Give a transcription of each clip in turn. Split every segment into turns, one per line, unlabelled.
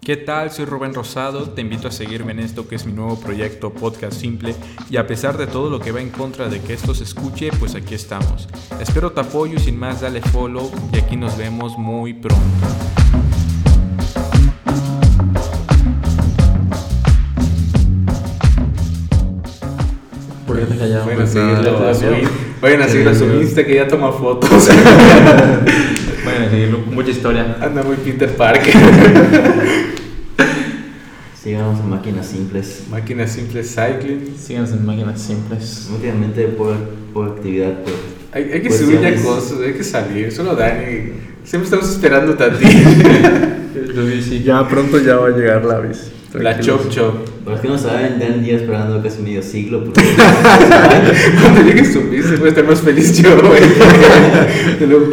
¿Qué tal? Soy Rubén Rosado, te invito a seguirme en esto que es mi nuevo proyecto Podcast Simple y a pesar de todo lo que va en contra de que esto se escuche, pues aquí estamos. Espero tu apoyo y sin más dale follow y aquí nos vemos muy pronto.
¿Por qué te callado?
Vayan a
este
seguirlo a su, vayan a seguirlo a
Eh,
su Insta este que ya toma fotos.
Bueno, sí, Lu- eh, mucha historia.
Anda muy Peter Parker.
Sigamos en máquinas simples.
Máquina simple cycling.
Síganos en máquinas simples.
Últimamente por, por actividad, por...
Hay, hay que
Pues
subir
ya
ya
ves.
cosas, hay que salir. Solo Dani. Siempre estamos esperando tantito.
Ya pronto ya va a llegar la bici.
La chop chop.
Para los que no saben, Dan lleva esperando casi medio siglo porque
Cuando llegue su bici voy a estar más feliz yo, güey. Te lo juro.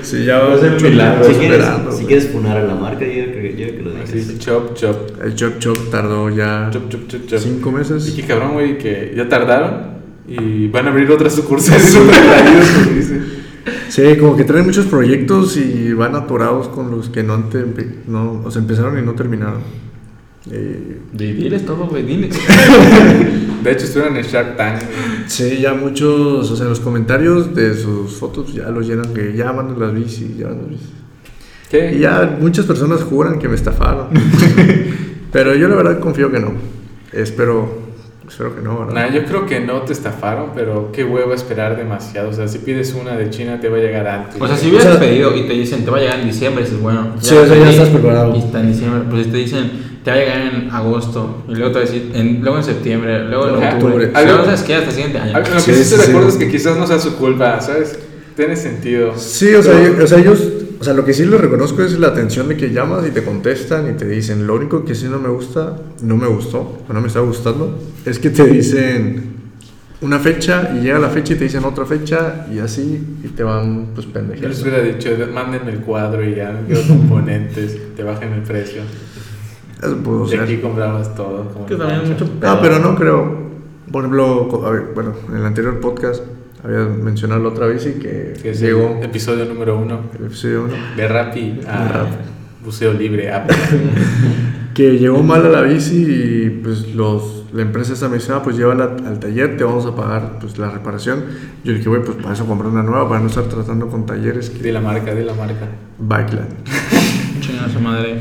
Sí, ya
Va a
va
ser
mucho
milagro.
milagro
si, quieres,
esperando.
si
güey.
quieres funar a la marca, yo creo que, yo creo que lo digas.
Así, chop chop.
El Chop Chop tardó ya
Chop chop chop chop.
cinco
Y
meses.
qué cabrón, güey, que ya tardaron. Y van a abrir otras sucursales. Súper traídos, güey, dice.
Sí, como que traen muchos proyectos y van atorados con los que no, han te- no o sea, empezaron y no terminaron. Eh,
Di- Diles todo, güey, diles.
De hecho, estuvieron en Shark Tank. güey.
sí, ya muchos, o sea, los comentarios de sus fotos ya los llenan que ya mandan las bicis, ya mandan las bicis.
¿Qué?
Y ya muchas personas juran que me estafaron. Pero yo la verdad confío que no. Espero, espero que no, ¿verdad?
Nah, yo creo que no te estafaron, pero qué huevo esperar demasiado. O sea, si pides una de China, te va a llegar antes.
O sea, si hubieras
O sea-
pedido y te dicen, te va a llegar en diciembre, dices, bueno.
Sí, o sea, ya
pedí
estás preparado.
Y está en diciembre. Pues si te dicen, te va a llegar en agosto. Y luego te va a decir, en, luego en septiembre, luego en
Ajá.
octubre.
Octubre.
Y luego, ¿sabes qué? Hasta el siguiente
A- Lo
año.
que sí,
Sí,
te
sí, sí.
recuerdo es que quizás no sea su culpa, ¿sabes? Tiene sentido.
Sí, o sea, yo- o sea, ellos, o sea, lo que sí les reconozco es la atención de que llamas y te contestan y te dicen, lo único que sí no me gusta, no me gustó, o no me está gustando, es que te dicen una fecha y llega la fecha y te dicen otra fecha y así y te van pues
Yo les
pendejeando.
hubiera dicho, mándenme el cuadro y ya, no quiero componentes, te bajen el precio.
Eso pudo
De aquí
ser.
comprabas todo. como
Que
en
también
Mancha.
mucho
Ah, pero no creo. Por ejemplo, co- a ver, bueno, en el anterior podcast había mencionado la otra bici que,
Que es el
llegó
episodio número uno
el episodio uno.
de Rappi a
De Rappi.
Buceo Libre. app.
Que llegó mal a la bici y pues los, la empresa esta me dice, ah, pues llévala al taller, te vamos a pagar pues la reparación. Yo dije, güey, pues para eso compré una nueva, para no estar tratando con talleres que...
de la marca, de la marca.
Backland.
Chingan a su madre.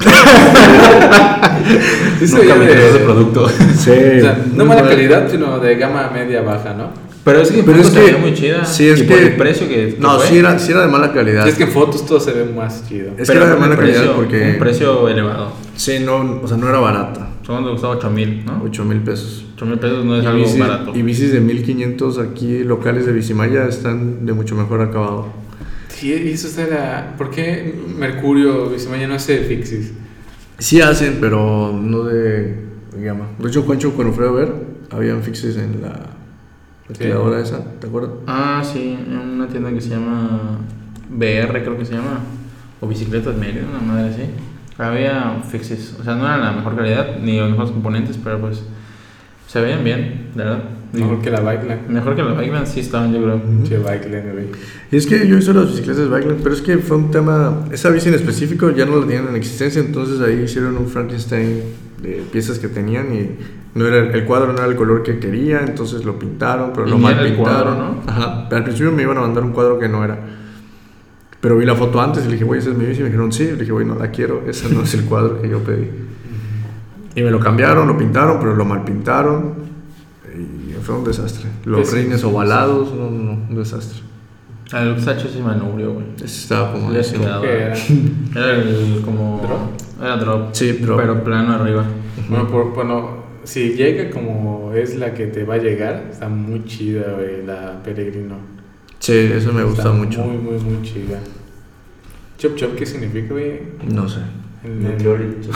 Sí, se
Nunca
oye
me
de-
quedé de producto.
Sí.
o sea, no mala calidad, sino de gama media baja, ¿no?
Pero es que
Pero es que...
muy chida.
Sí, es
y
que...
por el precio que. que
No,
fue.
sí era, sí era de mala calidad.
Es que en fotos todo se ve más chido.
Es que
Pero
era de
por el
mala calidad
precio-
porque...
Un precio elevado.
Sí, no, o sea, no era barata.
Son gustaba 8 mil, ¿no?
8 mil pesos.
8 mil pesos no es
y,
algo
bicis,
barato.
y bicis de 1500 aquí locales de Bicimaya están de mucho mejor acabado.
Sí, y eso está la... ¿Por qué Mercurio Bicimaña no hace fixis?
Sí hacen, pero no de gama. De hecho, Juancho con Alfredo Ver habían fixes en la maquiladora esa, ¿te acuerdas?
Ah, sí, en una tienda que se llama BR, creo que se llama, o Bicicletas Mérida, una madre así. Había fixes, o sea, no eran la mejor calidad ni los mejores componentes, pero pues se veían bien, de verdad. Digo,
Mejor que la Bikeland.
Mejor que los Bikeman sí estaban, yo creo.
Che, Bikeland, güey.
Y es que yo hice las bicicletas Backland, pero es que fue un tema. Esa bici en específico ya no la tenían en existencia, entonces ahí hicieron un Frankenstein de piezas que tenían y no era el cuadro no era el color que quería, entonces lo pintaron, pero
Y
lo
ni
mal
era el cuadro,
pintaron.
¿no?
Ajá. Pero al principio me iban a mandar un cuadro que no era. Pero vi la foto antes y le dije, güey, esa es mi bici. Y me dijeron, sí. Le dije, güey, no la quiero, ese no es el cuadro que yo pedí. Y me lo cambiaron, lo pintaron, pero lo mal pintaron. Y fue un desastre. Los
Sí, sí,
rines
sí,
ovalados, no, no, no, un desastre.
A los Sachos y Manubrio, güey.
Ese estaba como.
Les quedaba.
Que era-
Era el como. Era drop.
Sí, drop.
Pero plano arriba.
Bueno, por- bueno, si llega como es la que te va a llegar, está muy chida, güey, la Peregrino.
Sí, eso me gusta
Está
mucho.
Muy, muy, muy chida. Chop Chop, ¿qué significa, güey?
No sé.
En-
No
en-
creo ahorita.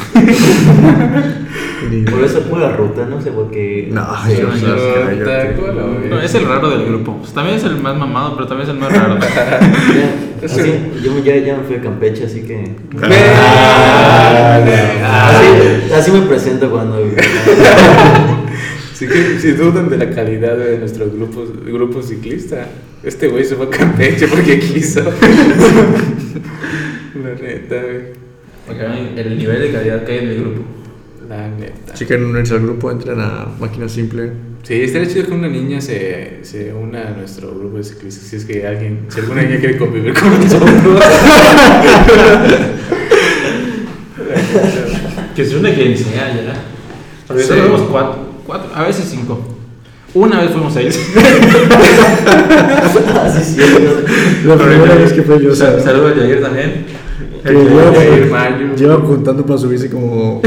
Por eso pura ruta, no sé por qué.
No,
Sí,
yo
no,
sé,
yo-
cállate.
tal cual, güey.
No, es el raro del grupo. Pues, también es el más mamado, pero también es el más raro.
ya,
Eso-
así, yo ya, ya me fui a Campeche, así que.
Ah,
Así, así me presento cuando.
Si, que- si dudan de la calidad de nuestro grupo, grupo ciclista, este güey se fue a Campeche porque quiso. la neta, güey.
Para que vean el nivel de calidad que hay en el grupo.
La neta.
Si quieren unirse al grupo, entren a Máquina Simple.
Sí, estaría chido que una niña se, se una a nuestro grupo de ciclistas. Si es que alguien, si alguna niña quiere convivir con nosotros.
Que se une quien sea, ya. Porque
Sí.
solo fuimos cuatro, cuatro, a veces cinco. Una vez fuimos seis.
Así sí, yo-
La primera vez que fue yo, o sea,
Saludos a Jair también.
que
El que
lleva-
fue Jair Mayo.
lleva juntando para subirse como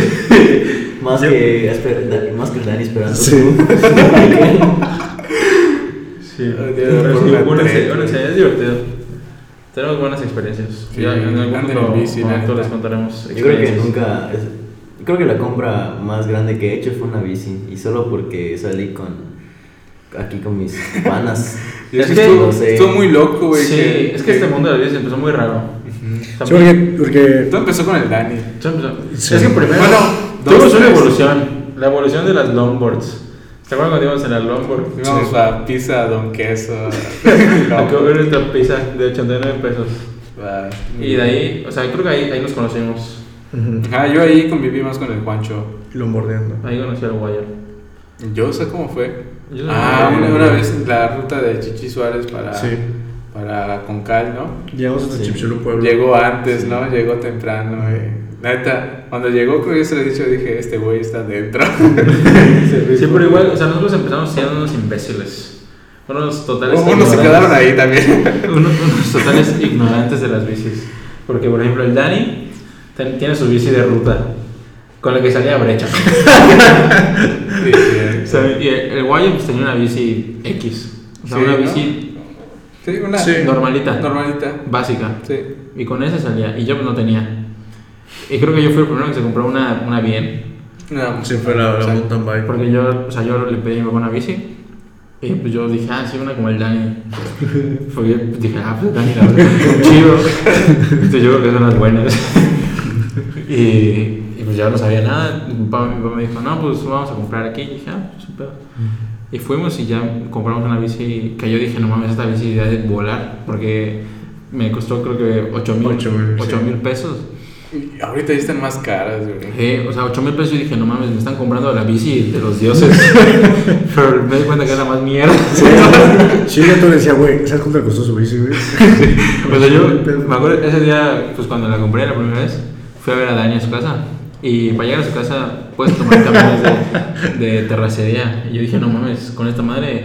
Más que, esper- da- más que el Dani esperando.
Sí.
Sí,
Ay, Dios,
Pero
por
sí,
la
únanse,
tele.
únanse, es divertido. Tenemos buenas experiencias.
Sí,
ya en algún
anden en
momento,
bici, la
momento
neta.
les contaremos
Yo creo que
experiencias.
nunca. es- creo que la compra más grande que he hecho fue una bici. Y solo porque salí con. Aquí con mis panas.
Es que
que
estuvo,
no sé.
estuvo muy loco, güey.
Sí,
que-
es que este mundo de la vida se empezó muy raro.
Sí,
También-
porque, porque
Todo empezó con el Dani.
se empezó-
Sí.
Es que primero
Bueno,
tuvimos
dos,
una
tres.
evolución, la evolución de las longboards. ¿Se acuerdan cuando íbamos en las longboards?
Íbamos a pizza, don queso.
A comer nuestra pizza de 89 pesos.
Va.
Y de ahí, o sea, creo que ahí, ahí nos conocimos.
Ujú.
Ajá, yo ahí conviví más con el Juancho.
lo mordiendo.
Ahí conocí al Guayo.
Yo sé cómo fue.
Yo no
ah,
me
una,
acuerdo.
una vez la ruta de Chichi Suárez para,
Sí.
para Concal, ¿no?
Llegamos hasta
Sí.
Chipchulú Pueblo.
Llegó antes, ¿no? Llegó temprano. eh. Neta, cuando llegó, creo que yo se lo he dicho, dije, este güey está dentro.
Sí, pero igual, o sea, nosotros empezamos siendo unos imbéciles. Unos totales.
Unos se
ignorantes.
quedaron ahí también.
Unos, unos totales ignorantes de las bicis. Porque, por ejemplo, el Dani ten- tiene su bici de ruta. Con la que salía a brecha.
Sí, eh. sí,
O sea, y el el Guayo pues, tenía una bici X. O sea,
Sí,
una
¿no?
bici
Sí, una
Sí.
normalita.
normalita.
Básica.
Sí.
Y con esa salía. Y yo pues, no tenía. Y creo que yo fui el primero que se compró una, una bien.
No,
Sí, fue la, la
o sea,
mountain bike.
Porque yo, o sea, yo le pedí a mi papá una bici. Y pues yo dije, ah, sí, una como el Dani. Porque dije, ah, pues el Dani la verdad, es chido. Entonces yo creo que son las buenas. y, y pues yo no sabía nada. Mi papá, mi papá me dijo, no, pues vamos a comprar aquí. Y dije, ah, pues, super. Y fuimos y ya compramos una bici que yo dije, no mames, esta bici ya de volar. Porque me costó creo que 8 mil
Ocho mil, sí.
ocho mil pesos.
y ahorita ya están más caras, güey.
Eh, o sea, 8 mil pesos y dije, no mames, me están comprando la bici de los dioses. Pero me di cuenta que era más mierda.
Sí, yo te decía, güey, ¿sabes cuánto le costó su bici, güey?
o sea, yo me acuerdo ese día, pues cuando la compré la primera vez, fui a ver a Dani a su casa. Y para llegar a su casa, puedes tomar camiones de, de terracería. Y yo dije, no mames, con esta madre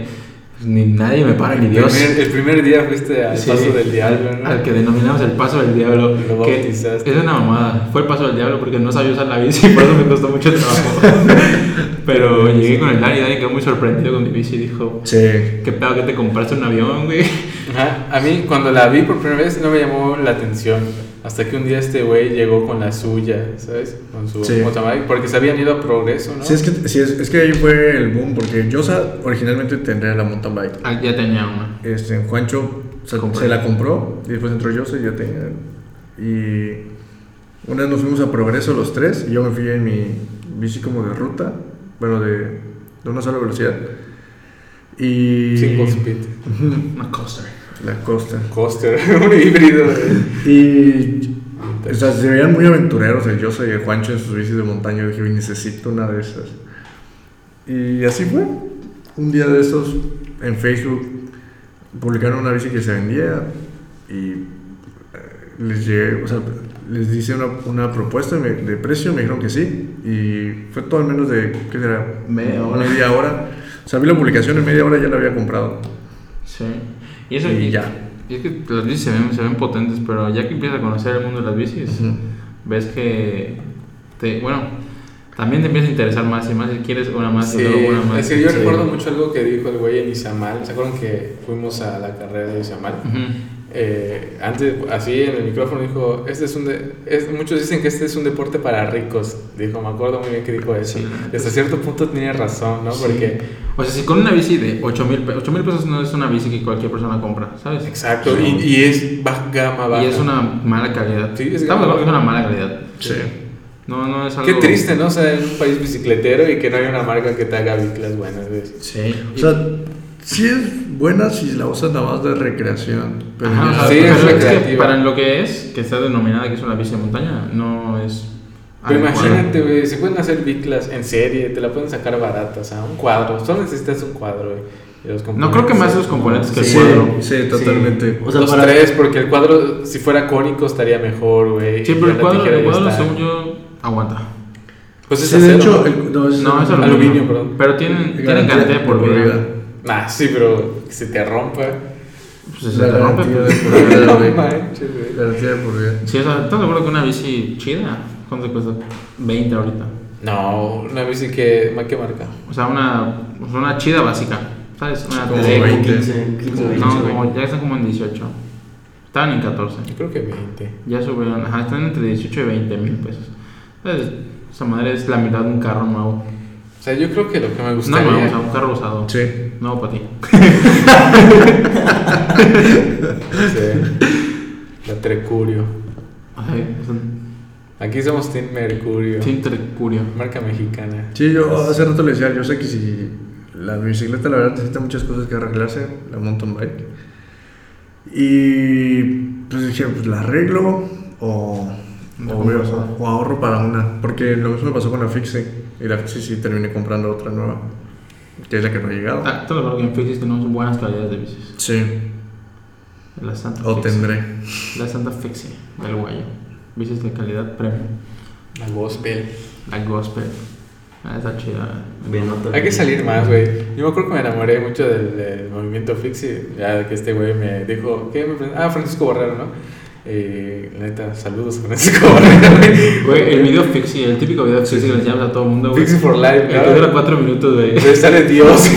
pues, ni nadie me para, ni
El
Dios.
primer, el primer día fuiste al
Sí,
paso del diablo,
al-
¿no?
Al que denominamos el paso del diablo.
Lo
que
bautizaste.
Es una mamada. Fue el paso del diablo porque no sabía usar la bici, por eso me costó mucho trabajo. Pero llegué con el Dani y Dani quedó muy sorprendido con mi bici y dijo:
Sí.
¿Qué pedo que te compraste un avión, güey?
Ajá, A mí, cuando la vi por primera vez, no me llamó la atención. Hasta que un día este güey llegó con la suya, ¿sabes? Con su
Sí.
motorbike, porque se habían ido a progreso, ¿no?
Sí, es que, sí, es, es que ahí fue el boom, porque yo o sea, originalmente tendría la mountain bike.
Ah, ya tenía una.
Este, Juancho se,
Compró.
se la compró y después entró yo, se ya tenía. Y una vez nos fuimos a Progreso los tres y yo me fui en mi bici como de ruta, bueno, de, de una sola velocidad. Y...
Cinco speed.
Ujú,
Una coaster.
La costa.
Coaster, un híbrido.
Y. O sea, se veían muy aventureros el Yoso y el Juancho en sus bicis de montaña. Yo dije, "Uy, necesito una de esas. Y así fue. Un día de esos, en Facebook, publicaron una bici que se vendía y eh, les llegué, o sea, les hice una, una propuesta me- de precio, me dijeron que sí. Y fue todo en menos de, ¿qué será?
Media hora.
Media hora. O sea, vi la publicación en media hora ya la había comprado.
Sí. Y eso.
Y
y-
ya.
y es que las bicis se ven, se ven potentes, pero ya que empiezas a conocer el mundo de las bicis,
Ujú.
ves que. Te, bueno, también te empieza a interesar más y más. Si quieres una más, y
ah, Sí,
luego una más.
es que yo
Sí.
recuerdo mucho algo que dijo el güey en Izamal. ¿Se acuerdan que fuimos a la carrera de Izamal?
Ujú.
Eh, antes, así en el micrófono dijo, este es un de- es- muchos dicen que este es un deporte para ricos. Dijo, me acuerdo muy bien que dijo eso.
Sí.
Desde cierto punto tenía razón, ¿no?
Sí.
Porque,
O sea, si con una bici de 8 mil pesos, 8 mil pesos no es una bici que cualquier persona compra, ¿sabes?
exacto, y, y es baja gama baja.
Y es una mala calidad.
Sí, es
Estamos de acuerdo que es
grave.
una mala calidad.
Sí.
No, no es algo.
Qué triste, ¿no? O sea, en un país bicicletero y que no haya una marca que te haga bicicletas buenas. ¿ves?
Sí.
O sea, sí es buena si la usas nada más de recreación. Pero
Ajá,
ya-
o sea,
Sí, es
pero es que
recreativa.
para lo que es, que está denominada que es una bici de montaña, no es.
Pero
adecuada.
imagínate, güey, si pueden hacer biclas en serie, te la pueden sacar barata, o sea, un cuadro. Solo necesitas un cuadro, güey. y los
No creo que más los componentes que
Sí,
el
sí,
cuadro.
totalmente.
O sea,
los
para-
tres, porque el cuadro, si fuera cónico, estaría mejor, güey.
Sí,
y
pero
ya
el
la
cuadro,
tijera
el
ya
cuadro
está.
según yo, aguanta.
Pues es
Sí, de
acero,
hecho,
¿no?
el- no, es,
No, es aluminio.
aluminio, perdón.
Pero tienen, tienen
garantía
garantía por vida.
Nah, sí, pero que se te rompa.
Pues si
La
se te rompe,
garantía
pues-
de por vida,
No
güey.
manches, güey.
Garantía de por vida.
Sí, o sea, ¿estás seguro que una bici chida? ¿Cuánto te cuesta? 20 ahorita.
No, una bici que. ¿ma- ¿Qué marca?
O sea, una, o sea, una chida básica. ¿Sabes? Una
Como
TD.
20.
15, 15, 20.
No, como ya están como en 18. Estaban en 14.
Yo creo que 20.
Ya subieron. Ajá, están entre 18 y 20 mil pesos. Entonces, esa madre es la mitad de un carro nuevo.
O sea, yo creo que lo que me
No,
gustaría.
no, o sea, un carro usado.
Sí.
No, para ti.
Sí. eh, La Trecurio.
O sea, es un
Aquí somos Team Mercurio.
Tinter Curio.
Marca mexicana.
Sí, yo hace rato le decía, yo sé que si la bicicleta la verdad necesita muchas cosas que arreglarse, la mountain bike. Y pues dije, pues la arreglo o,
Me
o,
compro
veo-
otra.
o ahorro para una. Porque lo mismo me pasó con la Fixie. Y la Fixie sí terminé comprando otra nueva, que es la que no ha llegado.
Ah, Te lo juro que en Fixis tenemos buenas calidades de bicis.
Sí,
La Santa
o
Fixie.
tendré.
La Santa Fixie del Guayo. Bicis de calidad premium.
La Gospel.
La Gospel. Ah, está chida.
Bien, no
Hay que salir más, güey. Yo me acuerdo que me enamoré mucho del, del movimiento Fixie. Ya que este güey me dijo, ¿qué me pre- Ah, Francisco Borrero, ¿no? Eh, la neta, saludos Francisco Borrero. güey.
Güey, el video Fixie, el típico video Fixie que les llamas a todo el mundo, güey.
Fixie for life,
El que dura Ah,
¿no?
4 minutos, güey.
Pero sale Dios.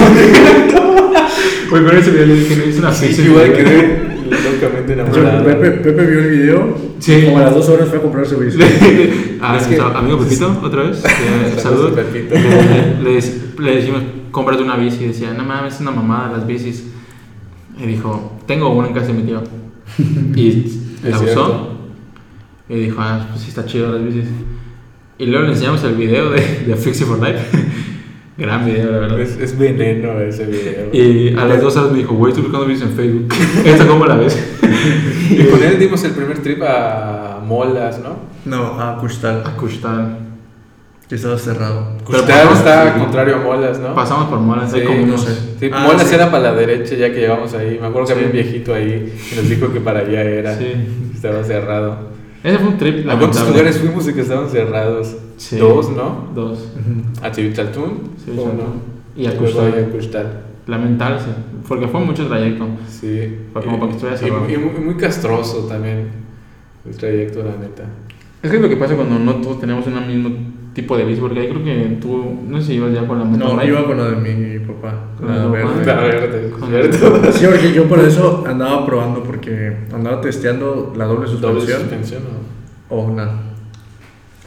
Güey, pero ese video le dije, es una
Sí,
Fixie.
igual
güey.
quedé locamente
Yo-
enamorado.
Pepe, Pepe vio el video,
Sí.
como a las dos horas fue a comprar su bici.
Ah,
Es que-
sa- amigo Pepito, otra vez. eh,
Saludos,
Saludos.
Pepito.
Le, le dec- le decimos, cómprate una bici. Y decía, no mames, es una mamada las bicis. Y dijo, tengo una en casa de mi tío. Y
Es
la
cierto.
usó. Y dijo, ah, pues sí, está chido las bicis. Y luego le enseñamos el video de, de Fixie for Life. Gran video, la verdad.
Es, es veneno ese video.
Y a las dos horas me dijo, güey, estoy buscando bicis en Facebook. ¿Esta cómo la ves?
Y con él dimos el primer trip a Molas, ¿no?
No, a Kushtal,
A Kushtan.
que estaba cerrado.
Pero
Gustavo
pasamos-
está contrario a Molas, ¿no?
Pasamos por Molas, hay
Sí,
como
no
unos...
sé.
Sí,
Ah,
Molas
sí.
era para la derecha ya que llegamos ahí. Me acuerdo que había un
Sí.
viejito ahí que nos dijo que para allá era.
Sí.
Estaba cerrado.
Ese fue un trip.
¿A cuántos
lamentable.
lugares fuimos y que estaban cerrados?
Sí.
Dos, ¿no?
Dos.
A Civitaltún.
Sí,
¿o
sí.
no?
Y a
luego
Cushtal.
ahí a Cushtal.
Lamentarse. Porque fue mucho trayecto.
Sí.
Fue como
Y-
para que estuviera
y-
cerrado.
Y, muy, muy castroso también el trayecto, la neta.
Es que es lo que pasa cuando no todos tenemos un mismo tipo de bici. Porque ahí creo que tú, no sé si ibas ya con la mountain
No,
bike.
iba con la de mi papá,
Con
la
tu papá.
verde.
La verde,
Con-
¿cierto?
Sí, porque yo por eso andaba probando, porque andaba testeando la doble
Doble
suspensión
suspensión, ¿no?
o una.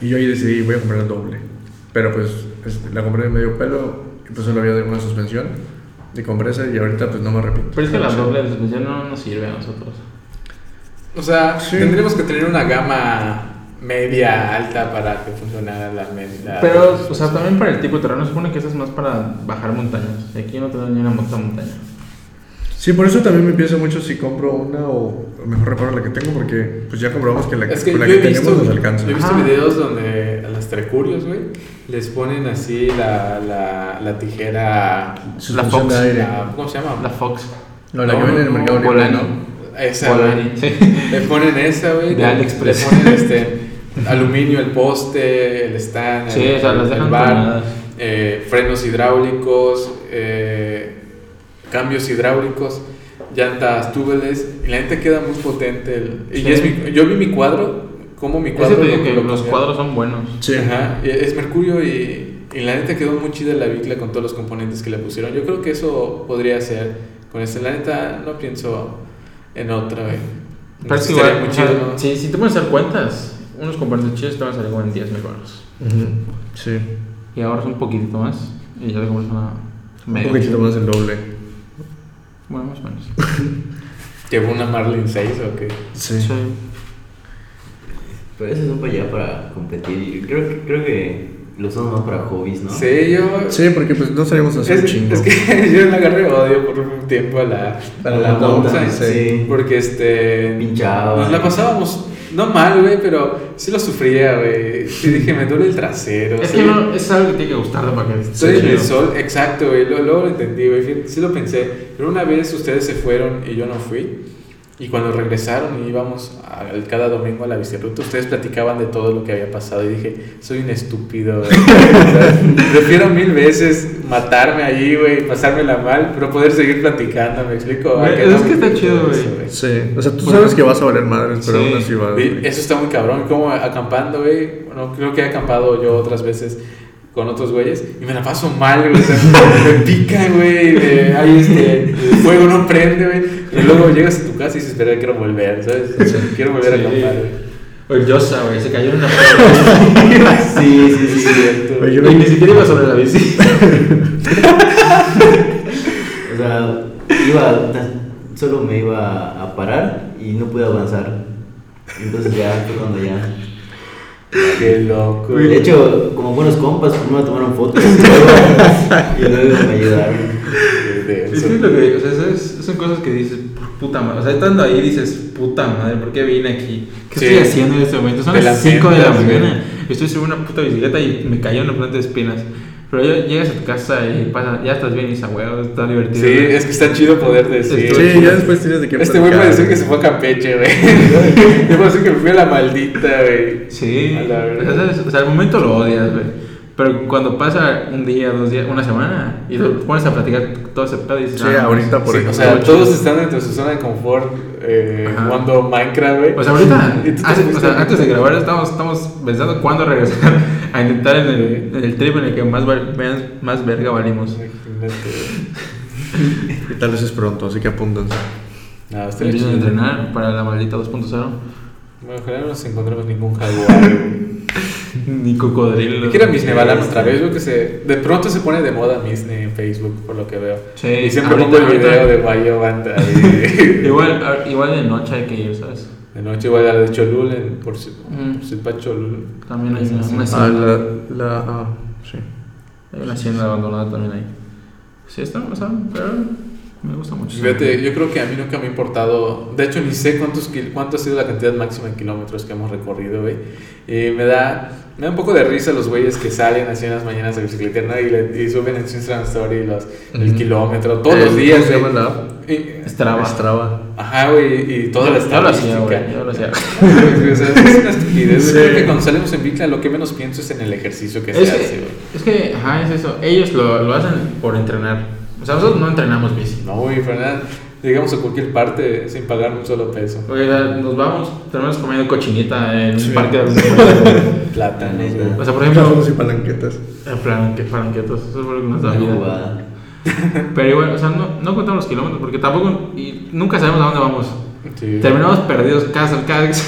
Y yo ahí decidí, voy a comprar el doble. Pero pues este, la compré de medio pelo y pues solo había de una suspensión. Y compré esa y ahorita pues no me arrepiento.
Pero es que la doble de suspensión no nos sirve a nosotros.
O sea,
Sí.
tendríamos que tener una gama media alta para que funcionara la media.
Pero, o sea, también para el tipo de terreno. Supone que esa es más para bajar montañas. Y aquí no te dan ni una monta montaña.
Sí, por eso también me pienso mucho si compro una o mejor reparo la que tengo, porque pues ya comprobamos que la que,
Es que
con la
yo
que
he visto,
tenemos
yo
nos
he
alcanza.
visto
Ajá.
videos donde a las trecurios, güey, les ponen así la, la, la tijera.
Ah, Suspensión
Fox,
de aire.
la- ¿Cómo se llama?
La Fox.
No, la que
no,
venden en el
no,
mercado libre,
Volani.
¿no?
Esa, güey.
Volani, sí.
Le ponen esa, güey.
De
le-
AliExpress.
Le ponen este, aluminio, el poste, el stand.
Sí,
el,
o sea, las
el
dejan
bar,
tronadas.
eh, frenos hidráulicos, eh, cambios hidráulicos, llantas túbeles. Y la gente queda muy potente. el- y
Sí.
es mi- yo vi mi cuadro, como mi
Ese
cuadro.
te digo
lo-
que
lo
los
cambiaron.
cuadros son buenos.
Sí.
Ajá, y es Mercurio y, y la neta quedó muy chida la bicla con todos los componentes que le pusieron. Yo creo que eso podría ser con este. La neta no pienso en otra, güey.
Pero es que
Estaría
igual,
muy
o sea,
chido, ¿no?
si, si te pones a hacer cuentas, unos componentes chidos te van a salir como en 10 mil baros.
Ujú, Sí.
Y ahora es un poquitito más. Y ya le compras una
Un
media.
poquitito más el doble.
Bueno, más o menos.
¿Llevó una Marlin 6 o qué?
Sí.
Pero eso es un para allá para competir. Y creo, que- creo que Lo usamos más para hobbies, ¿no?
Sí, yo.
Sí, porque pues no sabíamos hacer
Es,
un chingo.
es que yo le agarré odio por un tiempo a la, a
A
la,
la
monta,
monta, sí.
Porque este.
Pinchaba.
Nos la pasábamos, no mal, güey, pero sí lo sufría, güey. Sí dije, me duele el trasero.
Es
sí.
que no, es algo que tiene que gustarte para que
Estoy en
chido.
el sol, exacto, güey. Luego, luego lo entendí, güey. fíjate, Sí lo pensé. Pero una vez ustedes se fueron y yo no fui. Y cuando regresaron y íbamos al- cada domingo a la bicicleta, ustedes platicaban de todo lo que había pasado. Y dije, soy un estúpido. güey. O sea, Prefiero mil veces matarme allí, güey, pasármela mal, pero poder seguir platicando, ¿me explico?
Güey,
Ah,
es
no,
que está chido,
eso,
güey.
Sí, o sea, tú sabes que vas a valer madres, pero
Sí.
aún así vas.
Y Eso está muy cabrón, como acampando, güey. Bueno, creo que he acampado yo otras veces con otros güeyes y me la paso mal, güey. o sea, me pica, güey. de- Ahí este, el fuego no prende, güey. Y luego llegas a tu casa y dices, espera, quiero volver, ¿sabes? Quiero volver
Sí.
a acampar, güey.
El Yosa, güey, se cayó en una piedra.
sí, sí, sí.
Oye,
Y
yo me-
ni siquiera iba sobre la bici.
O sea, iba, tan- solo me iba a parar y no pude avanzar. Entonces ya fue cuando ya.
Qué loco.
De hecho, como buenos compas, primero tomaron fotos y luego- y luego me ayudaron.
Es que es lo que digo, o sea, ¿sabes? son cosas que dices, por puta madre. O sea, estando ahí dices, puta madre, ¿por qué vine aquí? ¿Qué
Sí.
estoy haciendo en este momento? Son
Te
las
la
5 de la
sientas, güey.
mañana. Estoy sobre una puta bicicleta y me cayó una planta de espinas. Pero ya llegas a tu casa y pasa, ya estás bien, y esa huevo, está divertido.
Sí, es que está chido poder decir.
Estoy-
Sí, ya después tienes de qué
Este güey
platicar,
puede decir que se fue a Campeche, güey. Yo puedo decir que me fui a la maldita, güey.
Sí,
A la
o
verga.
sea, ¿sabes? o sea, al momento lo odias, güey. Pero cuando pasa un día, dos días, una semana, y te pones a platicar todo ese pedo y dices,
Sí,
ah, no,
ahorita por
Sí, o
ejemplo.
sea, todos están dentro de su zona de confort eh,
Ajá.
jugando Minecraft, güey.
O sea, Pues ahorita,
Y tú te
hace-
fuiste
o sea,
a-
antes de grabar, estamos, estamos pensando cuándo regresar a intentar en el, en el trip en el que más, val- más, más verga valimos.
Imagínate, güey.
Y tal vez es pronto, así que apúntense.
No, está
Estoy a
chido.
entrenar para la maldita 2.0.
Bueno, ojalá no nos encontremos ningún jaguar, güey.
Ni cocodrilo. Este,
Ni que era Misne Balan otra vez, güey, que se... De pronto se pone de moda Misne en Facebook, por lo que veo.
Sí, Ah,
y siempre
ahorita-
pongo el video
ahorita-
de Mayo Banda ahí.
Igual, a- igual de noche hay que ir, ¿sabes?
De noche igual a la de Cholul, en, por si...
Mm.
por si pa' Cholul.
También hay una, una
Ah,
hacienda.
la, la, ah, sí.
Hay una hacienda abandonada también ahí. Sí, está, o sea, pero me gusta mucho.
Pues Fíjate, yo creo que a mí nunca me ha importado. De hecho, ni sé cuántos kil- cuánto ha sido la cantidad máxima de kilómetros que hemos recorrido, güey. Y me da, me da un poco de risa los güeyes que salen así en las mañanas de bicicleta ¿no? y, le- y suben en su Instagram Story los, el
Ujú.
kilómetro todos los
Eh,
días,
¿Cómo se llama
güey.
la app?
Y-
Strava.
Strava.
Ajá, güey, y toda la
Yo lo hacía,
estadística.
güey, yo lo hacía.
O sea, es una estupidez.
Sí.
güey. Creo que cuando salimos en bicla lo que menos pienso es en el ejercicio que se
Es
hace,
que,
güey.
es que, ajá, es eso. Ellos lo, lo hacen por entrenar. O sea, nosotros no entrenamos bici.
No, güey, Fernanda, llegamos a cualquier parte sin pagar un solo peso.
Oye, o sea, nos vamos, terminamos comiendo cochinita en
Sí.
un parque de
Plata,
Neta.
güey.
O sea, por
Plátanos
ejemplo,
y palanquetas.
en plan, que palanquetos, eso fue lo que nos da
Una
vida.
jugada.
Pero igual, o sea, no, no contamos los kilómetros porque tampoco, y nunca sabemos a dónde vamos.
Sí.
Terminamos perdidos casa, cada vez.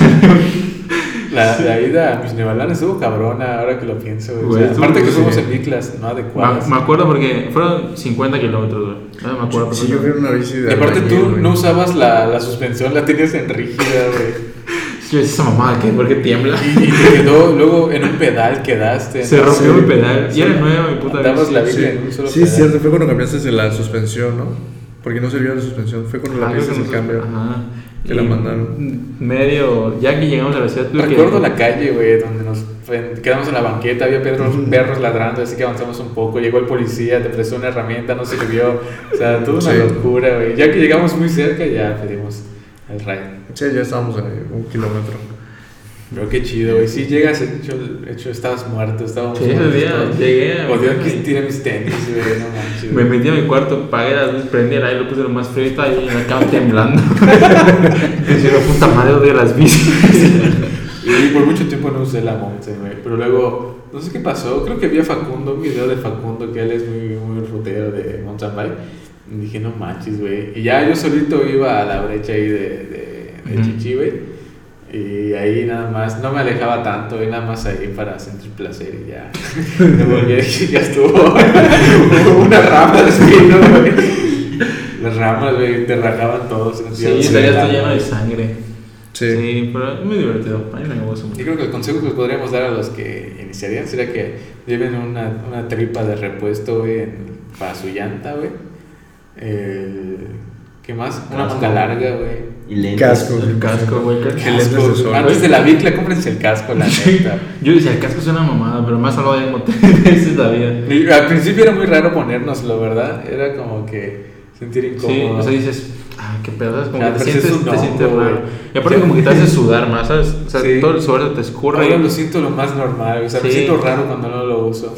La, la vida a mis Nevalán estuvo cabrona ahora que lo pienso. güey. O
Güey,
sea,
estuvo
aparte que
muy
fuimos
bien.
en biclas no
Me,
adecuadas.
me acuerdo porque fueron 50 kilómetros, güey. No me acuerdo.
Sí, yo vi una bici de
y aparte tú
albañil, güey.
no usabas la, la suspensión, la tenías en rígida, güey.
Yo decía, esa mamada, ¿qué? ¿Por qué tiembla?
Y, y te quedó, luego en un pedal quedaste.
Se
¿no?
rompió
Sí.
mi pedal. Y era nueva mi puta
Andabas
bici.
la
Sí,
bicla en un solo
sí
pedal.
cierto, fue cuando cambiaste la suspensión, ¿no? Porque no servía la suspensión, fue cuando la
Ah, creo
pieza
que
se
nos-
cambio.
ajá.
que la
Y
mandaron.
Medio, ya que llegamos a la ciudad, tuve que-
Recuerdo la calle, güey, donde nos fen- quedamos en la banqueta, había perros, perros ladrando, así que avanzamos un poco. Llegó el policía, te prestó una herramienta, no sirvió. O sea, toda una
Sí.
locura, güey. Ya que llegamos muy cerca, ya pedimos el rayo.
Sí, ya estábamos en un kilómetro.
Pero qué chido, güey. Si llegas, hecho, hecho, estabas muerto, estábamos
Sí, ese
muertos
día
todos.
llegué a-
O Dios, que tiré mis tenis, güey, no manches.
Me metí a mi cuarto, pagué las luces, prendí el aire, lo puse lo más frío y estaba ahí en la cama temblando. Diciendo, puta madre, odio las bicis.
Y por mucho tiempo no usé la Mountain, güey. Pero luego, no sé qué pasó. Creo que vi a Facundo, un video de Facundo, que él es muy, muy rutero de mountain bike. Y dije, no manches, güey. Y ya yo solito iba a la brecha ahí de, de, de
Ujú.
Chichi, güey. Y ahí nada más, no me alejaba tanto, y nada más ahí para sentir placer y ya. Me volví y ya estuvo. una rama de espino, güey. Las ramas, güey, te rajaban todos.
Sí, estaría todo lleno de sangre.
Sí.
pero es muy divertido. A mí me gusta
Yo
mucho.
creo que el consejo que podríamos dar a los que iniciarían sería que lleven una, una tripa de repuesto, güey, en- para su llanta, güey. Eh, ¿Qué más? Una
Casco.
manga larga, güey.
Y lentes.
Casco.
El casco, güey. creo que-
El lentes de
Casco.
sol,
Antes
güey.
de la bicla, cómprense el casco, la neta.
Yo decía, el casco es una mamada, pero más salvado de motel. Esa es la vida.
Y al principio era muy raro ponérnoslo, ¿verdad? Era como que sentir
Sí,
incómodo.
o sea, dices, ah, qué pedo, es como
Ah,
que
te
te sientes,
sientes un
te sientes
hongo,
raro.
güey.
Y aparte,
Sí.
como que te hace sudar más, ¿sabes? O sea,
Sí.
todo el suero te escurre.
Ahora lo siento lo más normal, o sea, me
Sí.
siento raro cuando no lo uso.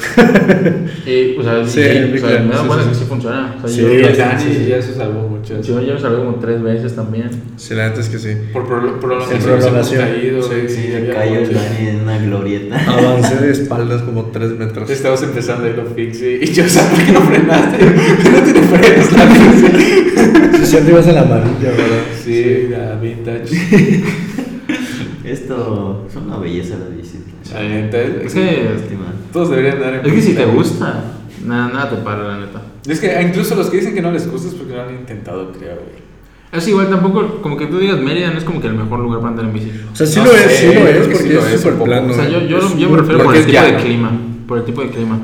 Y, o sea,
Sí,
sí,
el
o sea,
Big
me da
Lemon,
cuenta
sí,
que
sí.
sí funciona. O sea,
Sí,
Y
yo,
el
sí,
Dani
sí, sí.
ya se salvó mucho.
yo ya me salí como tres veces también.
Sí, la neta es que sí.
Por prolo- prolongación,
En
nos hemos
prolongación.
caído,
Sí,
güey,
sí,
sí,
Se
había
cayó el
mucho.
Dani en una glorieta.
Avancé de espaldas como 3 metros.
Estabas empezando ahí lo fixi y yo sabía que no frenaste. no tiene frenos la fixi.
Sí, siempre ibas a la amarilla, ¿verdad?
Sí, la vintage.
Esto son una belleza las bicis.
La neta,
Es
es que
que,
Lástima.
todos deberían dar en
es que si te
bicicleta.
gusta, nada, nada te para, la neta.
Es que incluso los que dicen que no les gusta es porque no han intentado, creo, güey.
Es igual, tampoco, como que tú digas, Mérida no es como que el mejor lugar para andar en bici.
O sea, sí
No
lo
sé,
es, sí lo
creo
es,
que sí
porque
lo es
es
un
súper
poco.
plano.
O sea, yo, yo,
Es
yo me refiero
muy
por
porque
el
es
tipo de
llano.
clima. Por el tipo de clima.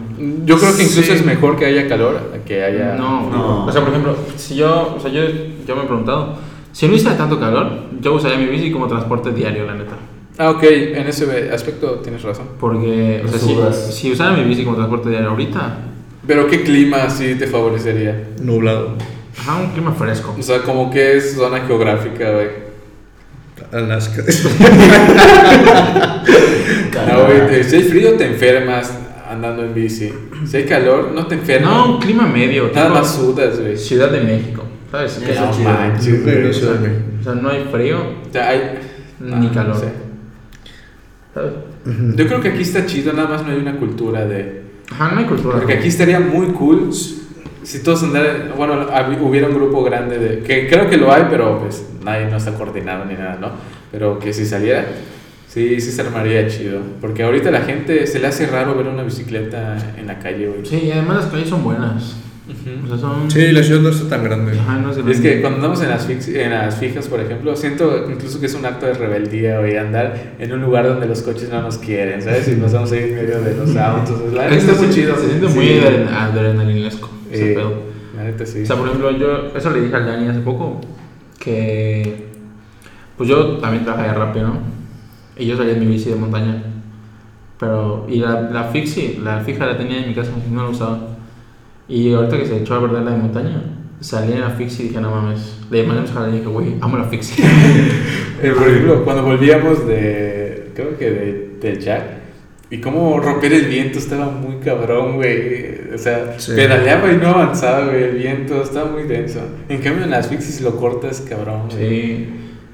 Yo creo que incluso
Sí.
es mejor que haya calor a que haya.
No,
No.
O sea, por ejemplo, si yo, o sea, yo, yo me he preguntado, si no hiciera tanto calor, yo usaría mi bici como transporte diario, la neta.
Ah, ok, en ese aspecto tienes razón.
Porque, o sea, si,
Sudas.
si usara mi bici como transporte diario ahorita,
Pero ¿qué clima sí te favorecería?
plano, nublado.
ajá, un clima fresco.
O sea, como que es zona geográfica, güey.
Alaska.
No, güey, te- si hay frío te enfermas andando en bici. Si hay calor, no te enfermas.
No, un clima medio.
Nada
tipo
más sudas, güey.
Ciudad de México, ¿sabes? Que-
Eso
No
chido.
manches, güey.
Pero Ciudad de México.
O sea, no hay frío,
O sea, hay-
Ni
Ah,
calor.
no
Mm.
sé.
¿sabes?
Yo creo que aquí está chido, nada más no hay una cultura de...
Ajá, no hay cultura.
Porque aquí estaría muy cool si todos andaran... Bueno, hab- hubiera un grupo grande de... Que creo que lo hay, pero pues nadie no está coordinado ni nada, ¿no? Pero que si saliera, sí, sí se armaría chido. Porque ahorita la gente se le hace raro ver una bicicleta en la calle, güey.
Sí, y además las calles son buenas. O
Ujú.
sea, son...
Sí, la ciudad no está tan grande.
Ajá, no sé.
Y Es que cuando andamos en las, fix- en las fijas, por ejemplo, siento incluso que es un acto de rebeldía, güey, andar en un lugar donde los coches no nos quieren, ¿sabes? Y nos vamos a ir en medio de los autos. La neta está muy chido.
Se siente
Sí.
muy adren- adrenalinesco ese
Eh,
pedo.
La neta sí.
O sea, por ejemplo, yo eso le dije al Dani hace poco, que pues yo también trabajaba rápido, ¿no? Y yo salía en mi bici de montaña. Pero, y la, la fixie, la fija la tenía en mi casa, no la usaba. Y ahorita que se echó a perder la de montaña, salí en la fixie y dije, no mames. Le mandé un mensaje a Dani y dije, güey, amo la fixie.
Eh, por ejemplo, cuando volvíamos de. Creo que de, de Jack. Y cómo romper el viento estaba muy cabrón, güey. O sea,
Sí.
pedaleaba y no avanzaba, güey. El viento estaba muy denso. En cambio, en las fixis lo cortas, cabrón, güey.
sí.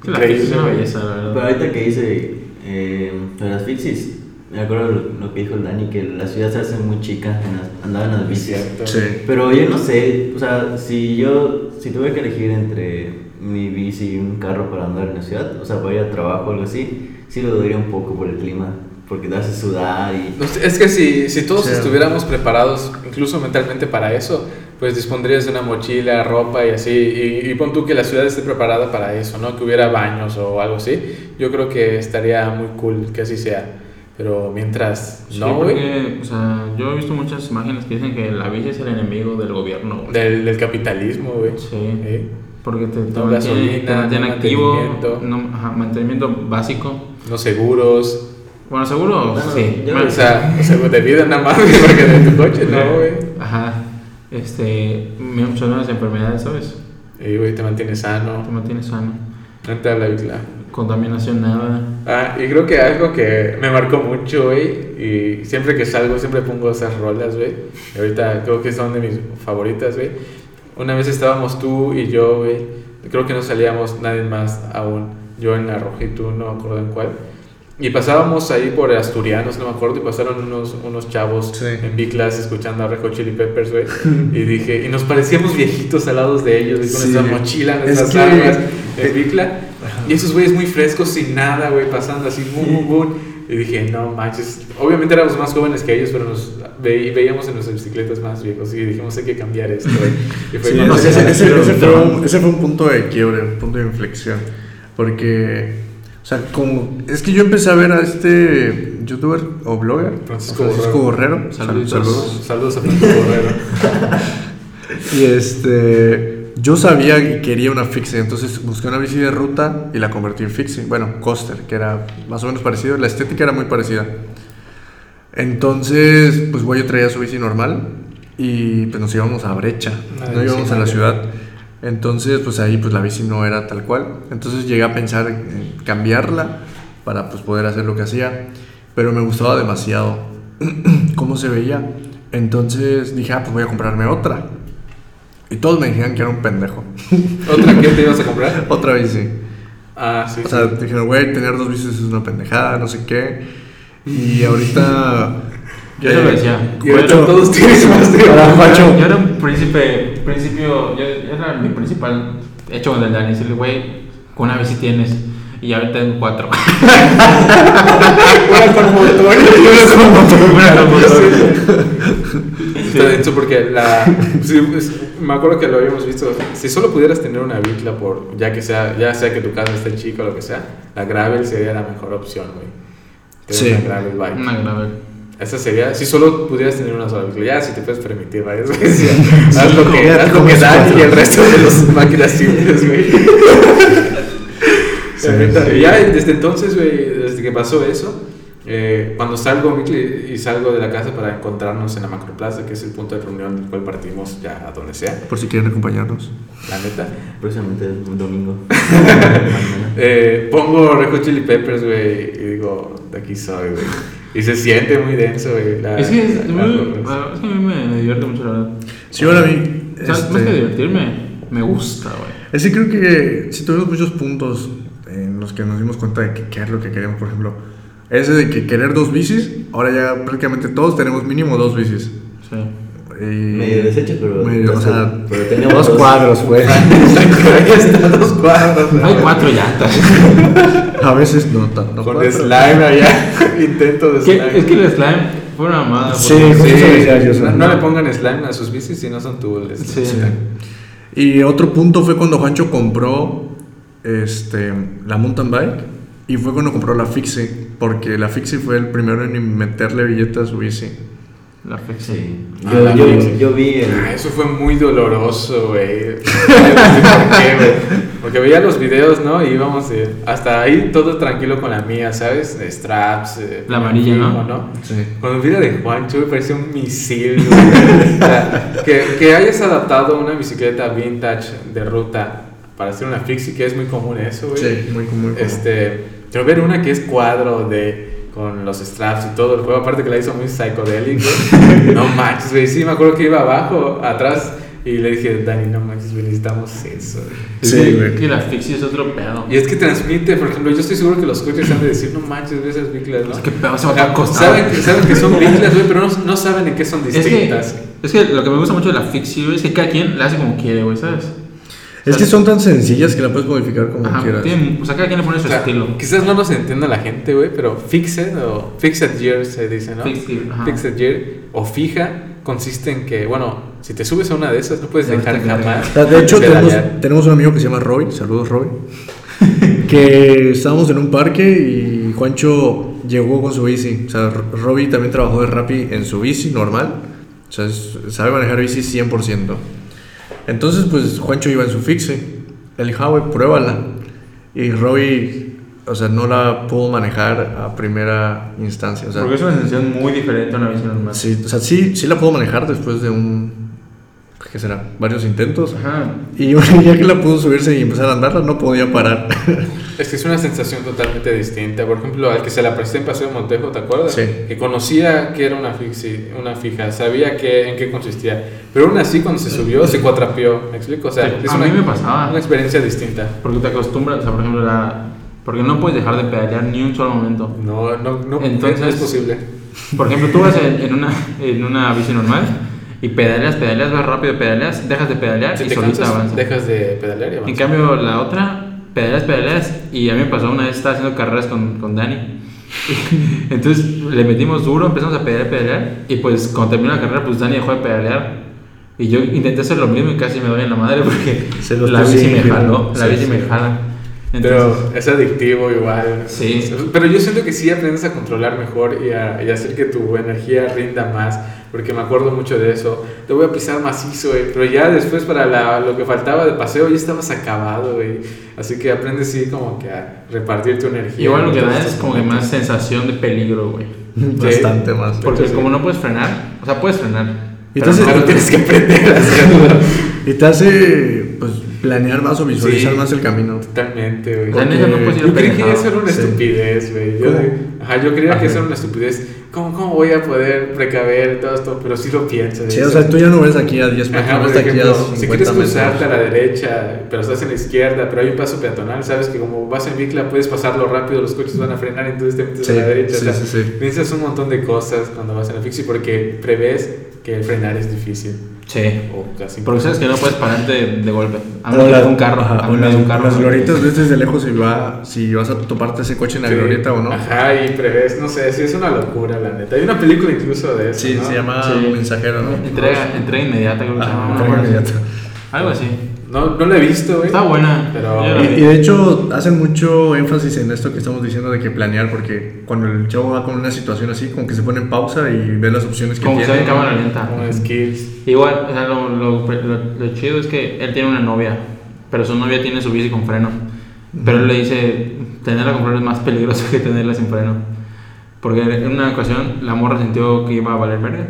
La fixie es una
Increíble.
belleza, la
Pero
verdad.
ahorita que dice eh, lo de las fixies, me acuerdo lo, lo que dijo el Dani, que la ciudad se hace muy chica, en las- andaba en las
Es
bicis.
cierto.
Sí.
Pero yo no sé, o sea, si yo, si tuve que elegir entre mi bici y un carro para andar en la ciudad, o sea, para ir al trabajo o algo así, sí lo dudaría un poco por el clima, porque te hace sudar y...
No sé, Es que si, si todos
Sí.
estuviéramos preparados, incluso mentalmente para eso, pues dispondrías de una mochila, ropa y así. Y, y pon tú que la ciudad esté preparada para eso, ¿no? Que hubiera baños o algo así. Yo creo que estaría muy cool que así sea. Pero mientras
Sí,
no, güey.
porque, o sea, yo he visto muchas imágenes que dicen que la bici es el enemigo del gobierno. güey.
Del, del capitalismo, güey.
Sí.
¿Eh?
Porque te, te
No
mantiene,
gasolina,
te mantiene
no
activo,
mantenimiento.
no- ajá, mantenimiento básico.
No seguros.
Bueno, seguro,
Bueno,
sí.
yo
Bueno,
O sea, o sea, de vida nada más, güey, porque de tu coche, no, güey.
Ajá. Este, me son las enfermedades, ¿sabes?
Y, güey, te mantienes
Te
sano.
mantienes sano.
No te habla, claro.
Contaminación nada.
Ah, y creo que algo que me marcó mucho, güey, y siempre que salgo siempre pongo esas rolas, güey. Y ahorita creo que son de mis favoritas, güey. Una vez estábamos tú y yo, güey. Creo que no salíamos nadie más aún. Yo en la roja y tú, no me acuerdo en cuál. Y pasábamos ahí por Asturianos, no me acuerdo, y pasaron unos, unos chavos
Sí.
en B-Class escuchando a Rejo Chili Peppers, güey. y dije, y nos parecíamos viejitos al lado de ellos, güey, con
Sí.
nuestra mochila,
Es
nuestras
que- eh,
armas, en bicla. Y esos güeyes muy frescos, sin nada, güey, pasando así, boom, boom, boom. Y dije, no manches. Obviamente éramos más jóvenes que ellos, pero nos ve- veíamos en nuestras bicicletas más viejos. Y dijimos, hay que cambiar esto, güey. Y fue
Sí,
cuando
ese,
se-
ese- ese
pero
fue
no.
un, ese fue un punto de quiebre, un punto de inflexión. Porque sea, como. Es que yo empecé a ver a este youtuber o blogger,
Francisco
Francisco
Borrero.
Borrero.
Saluditos.
Saludos.
Saludos a Francisco Borrero.
Y este. Yo sabía y quería una fixie, entonces busqué una bici de ruta y la convertí en fixie. Bueno, coaster, que era más o menos parecido. La estética era muy parecida. Entonces, pues Guayo traía su bici normal y pues nos íbamos a Brecha,
Una
no
bici
íbamos a la
grande.
ciudad. Entonces, pues ahí pues la bici no era tal cual. Entonces llegué a pensar en en cambiarla para pues poder hacer lo que hacía, pero me gustaba demasiado cómo se veía. Entonces dije, ah, pues voy a comprarme otra. Y todos me dijeron que era un pendejo.
¿Otra que te ibas a comprar?
otra bici.
Ah, sí.
O sea, dijeron, güey, tener dos bicis es una pendejada, no sé qué. Y ahorita...
Yo se lo decía.
y ahorita
Pero
todos tienen más de-
Para Pacho.
Yo era un príncipe, principio, yo, yo era mi principal hecho con el Dani, decirle, güey, con una bici tienes, y ahorita tengo cuatro.
Una con motor.
Una con motor.
Una con motor.
Sí.
Está denso porque la. sí, es- me acuerdo que lo habíamos visto. Si solo pudieras tener una bicla por. Ya que sea, ya sea que tu casa esté chica o lo que sea, la gravel sería la mejor opción, güey. Tener
Sí.
Una gravel bike.
Una grave.
Esa sería, si solo pudieras tener una sola bicla, ya si te puedes permitir varias veces, ya, haz lo que,
ya te
haz lo que
comes
dan
cuatro.
y el resto de las máquinas simples, güey.
Sí,
La neta,
sí.
Ya desde entonces, güey, desde que pasó eso, eh, cuando salgo a Bicli y salgo de la casa para encontrarnos en la macroplaza, que es el punto de reunión del cual partimos ya a donde sea,
Por si quieren acompañarnos.
la neta,
Próximamente un domingo. Mañana.
eh, pongo Reco Chili Peppers, güey, y digo, de aquí soy, güey. Y se siente muy denso, güey. la-
Es que es,
la-
muy-
la-
es que a mí me, me divierte mucho, la verdad.
Sí, ahora vi. este
O sea, más que divertirme, me gusta, güey.
Ese creo que sí tuvimos muchos puntos en los que nos dimos cuenta de que qué es lo que queremos, por ejemplo. Ese de que querer dos bicis, ahora ya prácticamente todos tenemos mínimo dos bicis.
Sí.
Y-
Medio deshecho, pero.
Medio, o sea,
pero tenemos
dos cuadros, pues. güey.
Ahí están los cuadros.
Hay cuatro llantas.
A veces no tanto.
Con
cuatro.
slime allá. Intento de
Que-
slime.
es que el slime fue una mamada.
Sí,
porque-
justo eso decía yo,
no,
slime.
no le pongan slime a sus bicis si no son tubos.
Sí.
Sí. Y otro punto fue cuando Juancho compró este, la mountain bike y fue cuando compró la Fixie, porque la Fixie fue el primero en meterle billete a su bici.
La flexión.
Sí.
Ah,
Yo,
la
yo,
bici.
yo vi el.
Ah, Eso fue muy doloroso, güey. No sé ¿Por qué, güey? Porque veía los videos, ¿no? Y íbamos eh, hasta ahí todo tranquilo con la mía, ¿sabes? Straps. eh,
La amarilla, ¿no?
Sí.
Cuando vi la de Juancho, me pareció un misil, güey. O sea, que, que hayas adaptado una bicicleta vintage de ruta para hacer una fixie, que es muy común eso, güey.
Sí, muy común.
Este, pero ver una que es cuadro de con los straps y todo el juego, aparte que la hizo muy psicodélico. no manches, güey. Sí, me acuerdo que iba abajo, atrás, y le dije, Dani, no manches, güey, necesitamos eso. güey".
Sí,
Sí,
güey.
que la fixie es otro pedo.
Y es que transmite, por ejemplo, yo estoy seguro que los coches han de decir, no manches, güey, esas biclas, ¿no?
Es que pedo se
O
va
Ah,
sea,
a costar.
saben, que, saben que son biclas, güey, pero no, no saben en qué son
Es que,
distintas.
es que lo que me gusta mucho de la fixie, güey, es que cada quien la hace como quiere, güey, ¿sabes?
Es que son tan sencillas que la puedes modificar como
Ajá,
quieras.
tiene, o sea, cada quien le pone su
O sea,
estilo.
Quizás no nos entienda la gente, güey, pero fixed o fixed gear se dice, ¿no?
Fixed gear, ajá.
Fixed gear o fija consiste en que, bueno, si te subes a una de esas no puedes
Ya
dejar
vete a la
jamás.
O sea, de hecho, tenemos,
pedalear.
tenemos un amigo que se llama Roy, saludos Roy, que estábamos en un parque y Juancho llegó con su bici. O sea, Ro- Roy también trabajó de Rappi en su bici normal. O sea, es- sabe manejar bici 100%. Entonces, pues Juancho iba en su fixe. El dijo, "Ah, güey, pruébala. Y Roy, o sea, no la pudo manejar a primera instancia. O sea,
Porque es una sensación muy diferente a una bici normal.
sí, o sea, sí, sí la pudo manejar después de un. ¿Qué será? Varios intentos.
Ajá.
Y bueno, ya que la pudo subirse y empezar a andarla, no podía parar.
Es que es una sensación totalmente distinta. Por ejemplo, al que se la presté en Paseo de Montejo, ¿te acuerdas?
Sí.
Que conocía que era una, fixi, una fija, sabía que, en qué consistía. Pero aún así, cuando se subió, se cuatrapeó. ¿Me explico? O sea,
Sí, a mí me pasaba.
Una experiencia distinta.
Porque te acostumbras, o sea, por ejemplo, la... Porque no puedes dejar de pedalear ni un solo momento.
No, no, no,
Entonces-
no es posible.
Por ejemplo, tú vas en, en una, en una bici normal y pedaleas, pedaleas, vas rápido, pedaleas, dejas de pedalear
Si
y
te
solita
cansas,
avanza.
dejas de pedalear y
En
avanzas.
cambio, la otra, pedaleas, pedaleas. Y a mí me pasó una vez, estaba haciendo carreras con, con Dani. Entonces le metimos duro, empezamos a pedalear, pedalear. Y pues cuando terminó la carrera, pues Dani dejó de pedalear. Y yo intenté hacer lo mismo y casi me doy en la madre porque
Se los
la bici me
pusieron.
jaló. La
Sí,
bici
sí.
me jala. Entonces,
Pero es adictivo igual.
Sí.
Pero yo siento que sí aprendes a controlar mejor y a, y a hacer que tu energía rinda más, porque me acuerdo mucho de eso. Te voy a pisar macizo, güey, pero ya después para la- lo que faltaba de paseo ya estabas acabado, güey. Así que aprendes sí como que a repartir tu energía.
igual lo que da
Entonces,
es como que más sensación de peligro, güey.
Bastante más.
Porque
Sí.
como no puedes frenar, o sea, puedes frenar.
Pero
Entonces-
no tienes que aprender a hacerlo.
Y te hace pues, planear más o visualizar
Sí.
más el camino.
Totalmente, güey.
La neta no puedes ir
Yo creí que
apenejado.
eso era una
Sí.
estupidez, güey. Yo,
¿Cómo?
de- ajá, yo creía que
Ajá.
eso era una estupidez. ¿Cómo, cómo voy a poder precaver todo esto? Pero sí lo piensas.
Sí, o sea, tú ya no ves aquí a 10
Ajá,
metros,
por
ves aquí
ejemplo,
a 50
si quieres
metros.
cruzarte a la derecha, pero estás en la izquierda, pero hay un paso peatonal, sabes que como vas en bicla puedes pasarlo rápido, los coches van a frenar, entonces te metes
Sí,
a la derecha.
sí,
o sea,
sí, sí.
Piensas un montón de cosas cuando vas en la fixie porque prevés que frenar es difícil.
Sí.
O casi
Porque sabes que no puedes pararte de, de golpe. A
O
menos
la-
de un carro.
ajá,
a
o
menos
las,
de un carro.
las gloritas ves desde lejos si, va, si vas a toparte ese coche en la
Sí.
glorieta o no.
Ajá, y prevés, no sé, sí, es una locura, la neta. Hay una película incluso de eso.
Sí,
¿no?
se llama
Sí.
Mensajero, ¿no?
Entrega, entrega inmediata, creo que se
Ah,
llama.
entrega
¿no?
inmediata.
Algo así.
No, no la he visto, güey.
Está buena.
Pero-
Yo la
Y,
vi.
y de hecho hacen mucho énfasis en esto que estamos diciendo de que planear, porque cuando el chavo va con una situación así, como que se pone en pausa y ve las opciones que
Como que se ve
tiene.
en cámara lenta.
Como skills.
Igual, o sea, lo, lo- lo- lo chido es que él tiene una novia, pero su novia tiene su bici con freno. Pero él le dice, tenerla con freno es más peligroso que tenerla sin freno. Porque en una ocasión la morra sintió que iba a valer verga.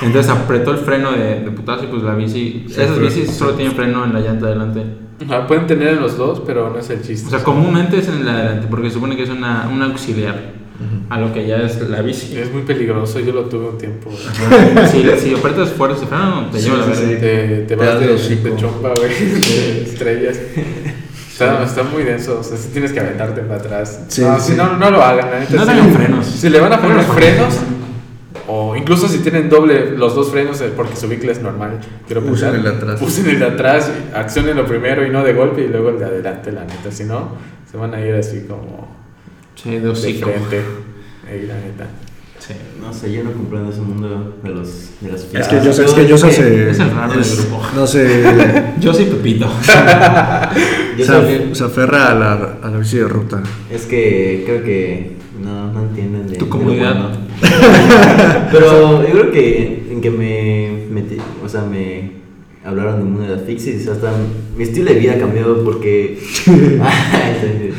Entonces apretó el freno de, de putazo y pues la bici...
Sí,
esas
pero-
bicis solo tienen freno en la llanta delante.
Ajá, Ah, pueden tener en los dos, pero no es el chiste.
O sea, comúnmente es en la delante, porque se supone que es una, un auxiliar a lo que ya es la bici.
Es muy peligroso, yo lo tuve un tiempo. güey.
si, si apretas fuerte ese freno, te
Sí,
lleva la
sí,
verga.
sí.
Te, te
Te
vas
das
de,
de hocico.
de chompa, güey. de Estrellas. Está, está muy denso, o sea, sí tienes que aventarte para atrás.
Sí,
no,
sí.
si no, no lo hagan, la neta,
No
sí.
tengan frenos.
Si le van a poner
Frenos.
frenos, o incluso si tienen doble los dos frenos, eh, porque su bicla es normal. Quiero
Usen
pensar,
el de atrás.
Usen el de atrás, accionen lo primero y no de golpe, y luego el de adelante, la neta. Si no, se van a ir así como
Sí, de
de
hocico.
frente. Ahí, la neta.
Sí.
No sé, yo no comprendo ese mundo de, los, de las
Es
fiestas.
que yo sé, es que yo sé. se-
Es el raro del
es-
grupo.
No sé.
Yo soy Pepito.
Yo
se,
también.
se aferra a la, a la bici de ruta.
Es que creo que no, no entienden de
Tu
de lo
comunidad.
bueno. Pero yo creo que en, en que me, metí- o sea, me hablaron del mundo de las fixies, hasta mi estilo de vida ha cambiado porque... Ay,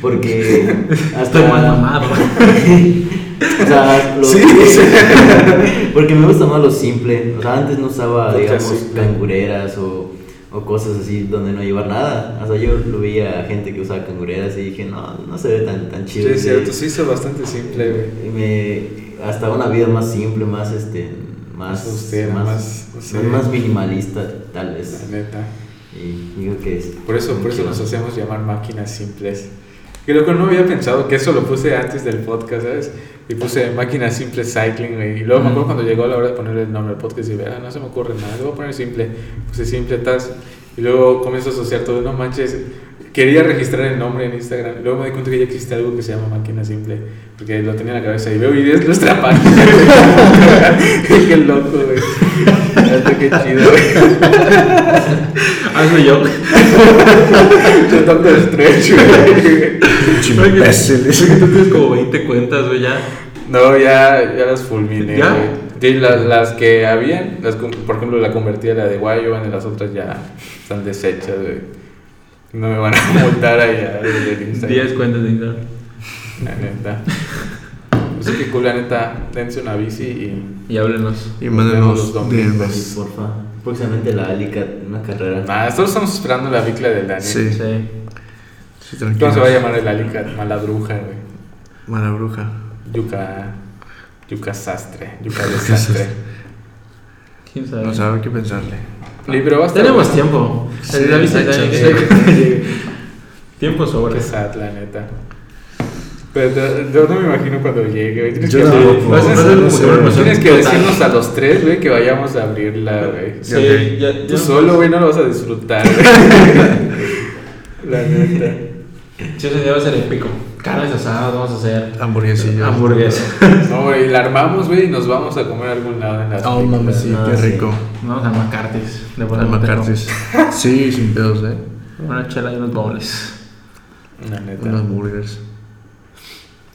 porque hasta...
Estoy más mamado.
o sea, lo-
Sí.
porque me gusta más lo simple. O sea, antes no usaba,
Porque
digamos,
simple.
cangureras o, o cosas así donde no llevar nada. O sea, yo lo veía a gente que usaba cangureras y dije, no, no se ve tan, tan
Sí,
chido.
es
Sí.
cierto, se hizo bastante simple, güey.
Y me- hasta una vida más simple, más este, más,
Más austera,
más,
más- sí.
más minimalista, tal
La
vez.
neta.
Y digo que es.
Por eso, por eso
chido.
nos hacemos llamar máquinas simples. Creo que no había pensado que eso lo puse antes del podcast, ¿sabes? Y puse máquinas simples cycling, güey. Y luego me acuerdo cuando llegó la hora de ponerle el nombre al podcast y dije, ah, no se me ocurre nada, le voy a poner simple. Puse simple tas. Y luego comienzo a asociar todo, no manches. Quería registrar el nombre en Instagram. Luego me di cuenta que ya existe algo que se llama máquina simple. Porque lo tenía en la cabeza y veo, y es nuestra página. güey. Qué loco, güey. Fíjate Qué chido, güey.
Hazme yo.
Yo tanto estrecho, güey.
Imbéciles.
Tú tienes como 20 cuentas, güey, ya.
No, ya, ya las fulminé.
¿Ya?
güey. Sí, la- las que habían, las con- por ejemplo, la convertí a la de Wyoming y las otras ya están deshechas, güey. No me van a multar allá desde el Instagram.
10 cuentas de Instagram.
La neta. Así que cool, la neta, dense una bici y.
Y háblenos.
Y
Los
mándenos
domingos.
DMs.
Sí, porfa. Próximamente la Alicat, una carrera.
Nada, nosotros estamos esperando la bicla del Dani.
Sí.
Sí.
Sí,
¿Cómo
tranquilos.
se va a llamar el Alicat? Mala bruja, güey.
Mala bruja.
Yuca. Yuca sastre. Yuca desastre.
¿Quién sabe?
No sabe qué pensarle.
Libro basta.
Tenemos tiempo.
Sí,
El David se
exacto,
da- Tiempo
Qué
sobre.
sad, la neta. Pero te- yo no me imagino cuando llegue, güey. Tienes
Yo
que,
tampoco.
vas a
No,
ser-
no sé.
tienes que
Total.
decirnos a los tres, güey, que vayamos a abrirla, güey.
Ya te-
ya, ya-
Tú solo, güey, no lo vas a disfrutar, güey. La neta.
Sí, ese día va a ser épico. Carnes asadas vamos a hacer.
Hamburguesillas.
Hamburguesas.
No, güey, la armamos, güey, y nos vamos a comer a algún lado en la
Oh, mames, sí,
Ah,
qué
sí.
rico.
Vamos a Macartes. De
Al McCarthy's. Sí, sin pedos, eh.
Una chela y unos bowls.
La neta.
Unas burgers.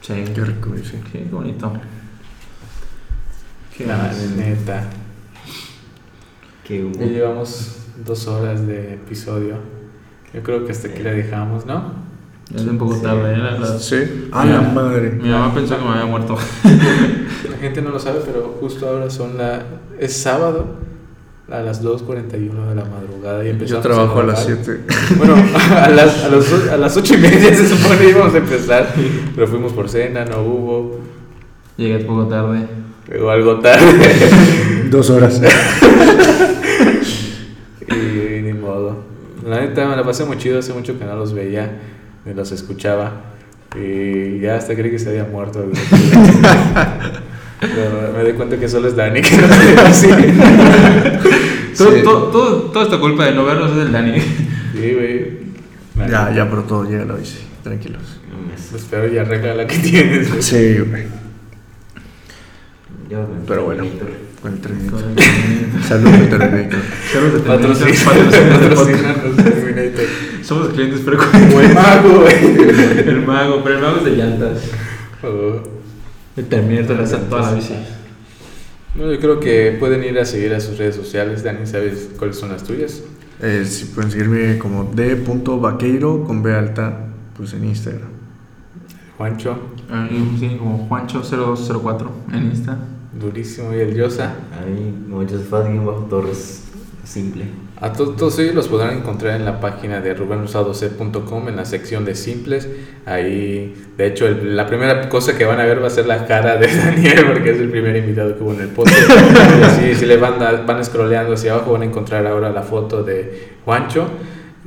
Sí,
Qué rico, sí.
sí, qué bonito. ¿Qué
La
más?
neta.
Que hubo.
Ya llevamos dos horas de episodio. Yo creo que hasta aquí la dejamos, ¿no?
Ya es un poco
Sí.
tarde, ¿eh? La- la-
Sí. A
Ya.
Ah, la madre.
Mi mamá pensó que me había muerto.
La gente no lo sabe, pero justo ahora son la... Es sábado a las 2.41 de la madrugada y
Yo
empezamos
trabajo a las
grabar.
7.
Bueno, a las, a, las, o- a las 8 y media se supone que íbamos a empezar, pero fuimos por cena, no hubo,
Llegué un poco tarde.
llegó algo tarde
Dos horas.
y ni modo. La neta me la pasé muy chido, hace mucho que no los veía, ni los escuchaba y ya hasta creí que se había muerto. güey. Pero me di cuenta que solo es Dani que no se
Todo,
Sí.
todo, todo, toda esta culpa de no vernos es del Dani.
Sí, güey.
ya, ya, pero todo llega la bici. Tranquilos.
No me sé.
Espero Pues, ya arregla la que tienes. güey.
Sí, güey.
Ya me-
Pero bueno.
Víctor.
Con el Terminator. Salud, el Terminator.
Saludos de
Patrocina,
Televisa, patrocina este podcast.
patrocínanos, Terminator.
Somos clientes frecuentes.
Buen mago, güey.
El mago, pero el mago es de llantas.
Oh.
De Terminator, le hacen toda la bici.
No, yo creo que pueden ir a seguir a sus redes sociales. Dani, ¿sabes cuáles son las tuyas?
Eh, si pueden seguirme como d.vaqueiro con B alta, pues en Instagram.
Juancho,
Ah, y Tiene como Juancho0204 en Insta.
durísimo y el Yosa.
A mí, muchos fat guión bajo Torres. Simple.
A to- todos ellos los podrán encontrar en la página de rubenrosadoc.com en la sección de simples. Ahí, de hecho, el- la primera cosa que van a ver va a ser la cara de Daniel, porque es el primer invitado que hubo en el podcast. Y así, si le van, a- van scrolleando hacia abajo, van a encontrar ahora la foto de Juancho,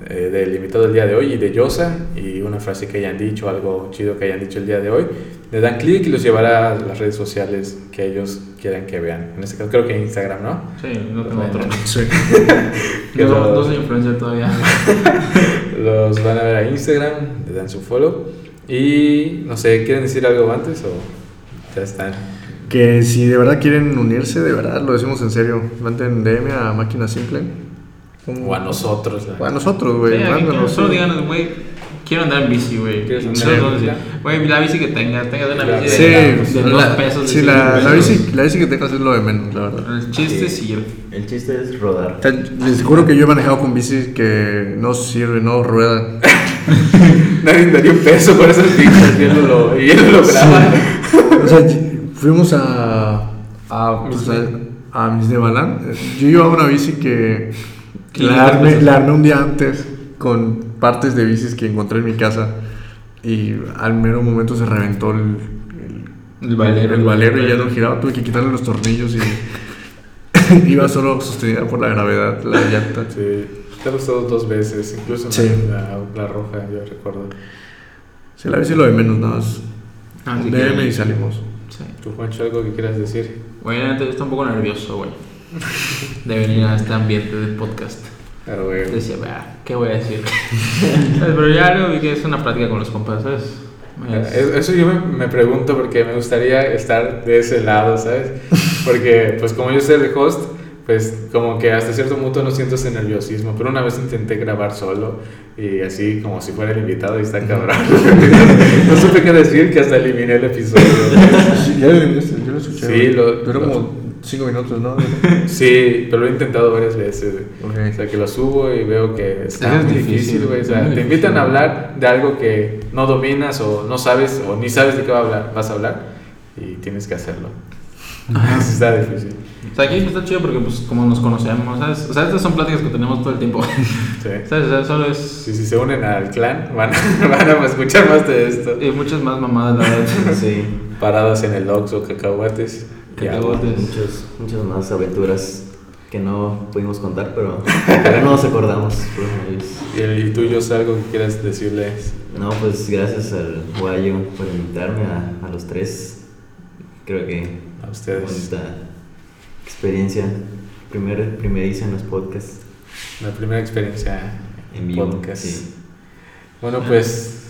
eh, del invitado del día de hoy, y de Yosa, y una frase que hayan dicho, algo chido que hayan dicho el día de hoy. Le dan clic y los llevará a las redes sociales que ellos quieran que vean. En este caso, creo que Instagram, ¿no?
Sí, no tengo otro.
Sí.
Yo no, no soy influencer todavía.
Los van a ver a Instagram, le dan su follow. Y no sé, ¿quieren decir algo antes o ya están?
Que si de verdad quieren unirse, de verdad, lo decimos en serio. Manden DM a Máquina Simple. Como-
O a nosotros. la-
O a nosotros, güey.
Sí, aquí
mándanos.
como solo díganos, güey, quiero andar en bici, güey.
¿Quieres
Y
andar
nosotros
en
vamos a
bici?
decir, Güey, la bici que tengas, tengas una
La-
bici
Sí,
de, de dos
la,
pesos. de
sí,
cinco
la, la
pesos.
bici, la bici que tengas es lo de menos, la verdad.
El chiste es
Sí.
ir.
El chiste es rodar.
Te- Les juro que yo he manejado con bicis que no sirven, no ruedan.
Nadie daría un peso por esas pinches y él no lo, y él no lo graba.
O sea, y- fuimos a. a. pues, a, a Miss de Balán. Yo llevaba una bici que. que la, armé, la armé un día antes con partes de bicis que encontré en mi casa. Y al mero momento se reventó el. el-
El valero.
el valero y ya no giraba. Tuve que quitarle los tornillos y. iba solo sostenida por la gravedad, la llanta.
Sí, te ha gustado dos veces, incluso
Sí.
la, la roja, yo recuerdo.
Sí, la bici lo de menos, nada más.
Ah, sí,
Déjeme
que-
y salimos.
Sí.
¿Tú, Juancho, algo que quieras decir?
Güey, la neta, yo estoy un poco nervioso, güey. De venir a este ambiente de podcast.
Claro, güey.
Decía, "Bah, ¿qué voy a decir? ¿Sabes? Pero ya luego vi que es una práctica con los compas, ¿sabes? Es-
Eh, Eso yo me, me pregunto porque me gustaría estar de ese lado, ¿sabes? Porque, pues, como yo soy el host, pues, como que hasta cierto punto no siento ese nerviosismo. Pero una vez intenté grabar solo y así, como si fuera el invitado, y está cabrón. no supe qué decir que hasta eliminé el episodio.
Sí, ya lo eliminaste, yo lo escuché.
Sí, lo-
Duró
lo-
como 5 minutos, ¿no?
Sí, pero lo he intentado varias veces. güey. O
Ok.
sea, que lo subo y veo que está
Es
muy
difícil,
difícil, güey. O sea, te
muy difícil.
invitan a hablar de algo que no dominas o no sabes o ni sabes de qué va a hablar, vas a hablar y tienes que hacerlo. Eso está difícil.
O sea, aquí está chido porque, pues, como nos conocemos, ¿sabes? O sea, estas son pláticas que tenemos todo el tiempo.
Sí.
¿Sabes? O sea, solo es.
Si, si se unen al clan, van a, van a escuchar más de esto.
Y muchas más mamadas, la verdad.
Sí.
Paradas en el Oxxo, cacahuates. y agua.
Cacahuates.
Muchas, muchas más aventuras que no pudimos contar, pero, pero no nos acordamos. por lo menos.
Y, el- y tú y yo, algo que quieras decirles.
No, pues gracias al Guayo por invitarme a, a los tres. Creo que
A ustedes.
bonita experiencia. Primer, primeriza en los podcasts
La primera experiencia
en vivo.
Podcast.
sí.
Bueno, pues,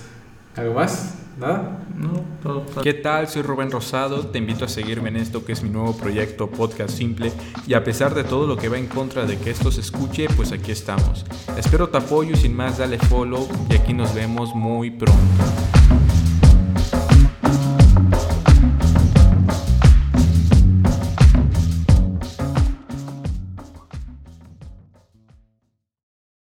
¿algo más?
¿Nada?
No, todo está-
¿Qué tal? Soy Rubén Rosado, te invito a seguirme en esto que es mi nuevo proyecto Podcast Simple y a pesar de todo lo que va en contra de que esto se escuche, pues aquí estamos. Espero tu apoyo y sin más dale follow y aquí nos vemos muy pronto.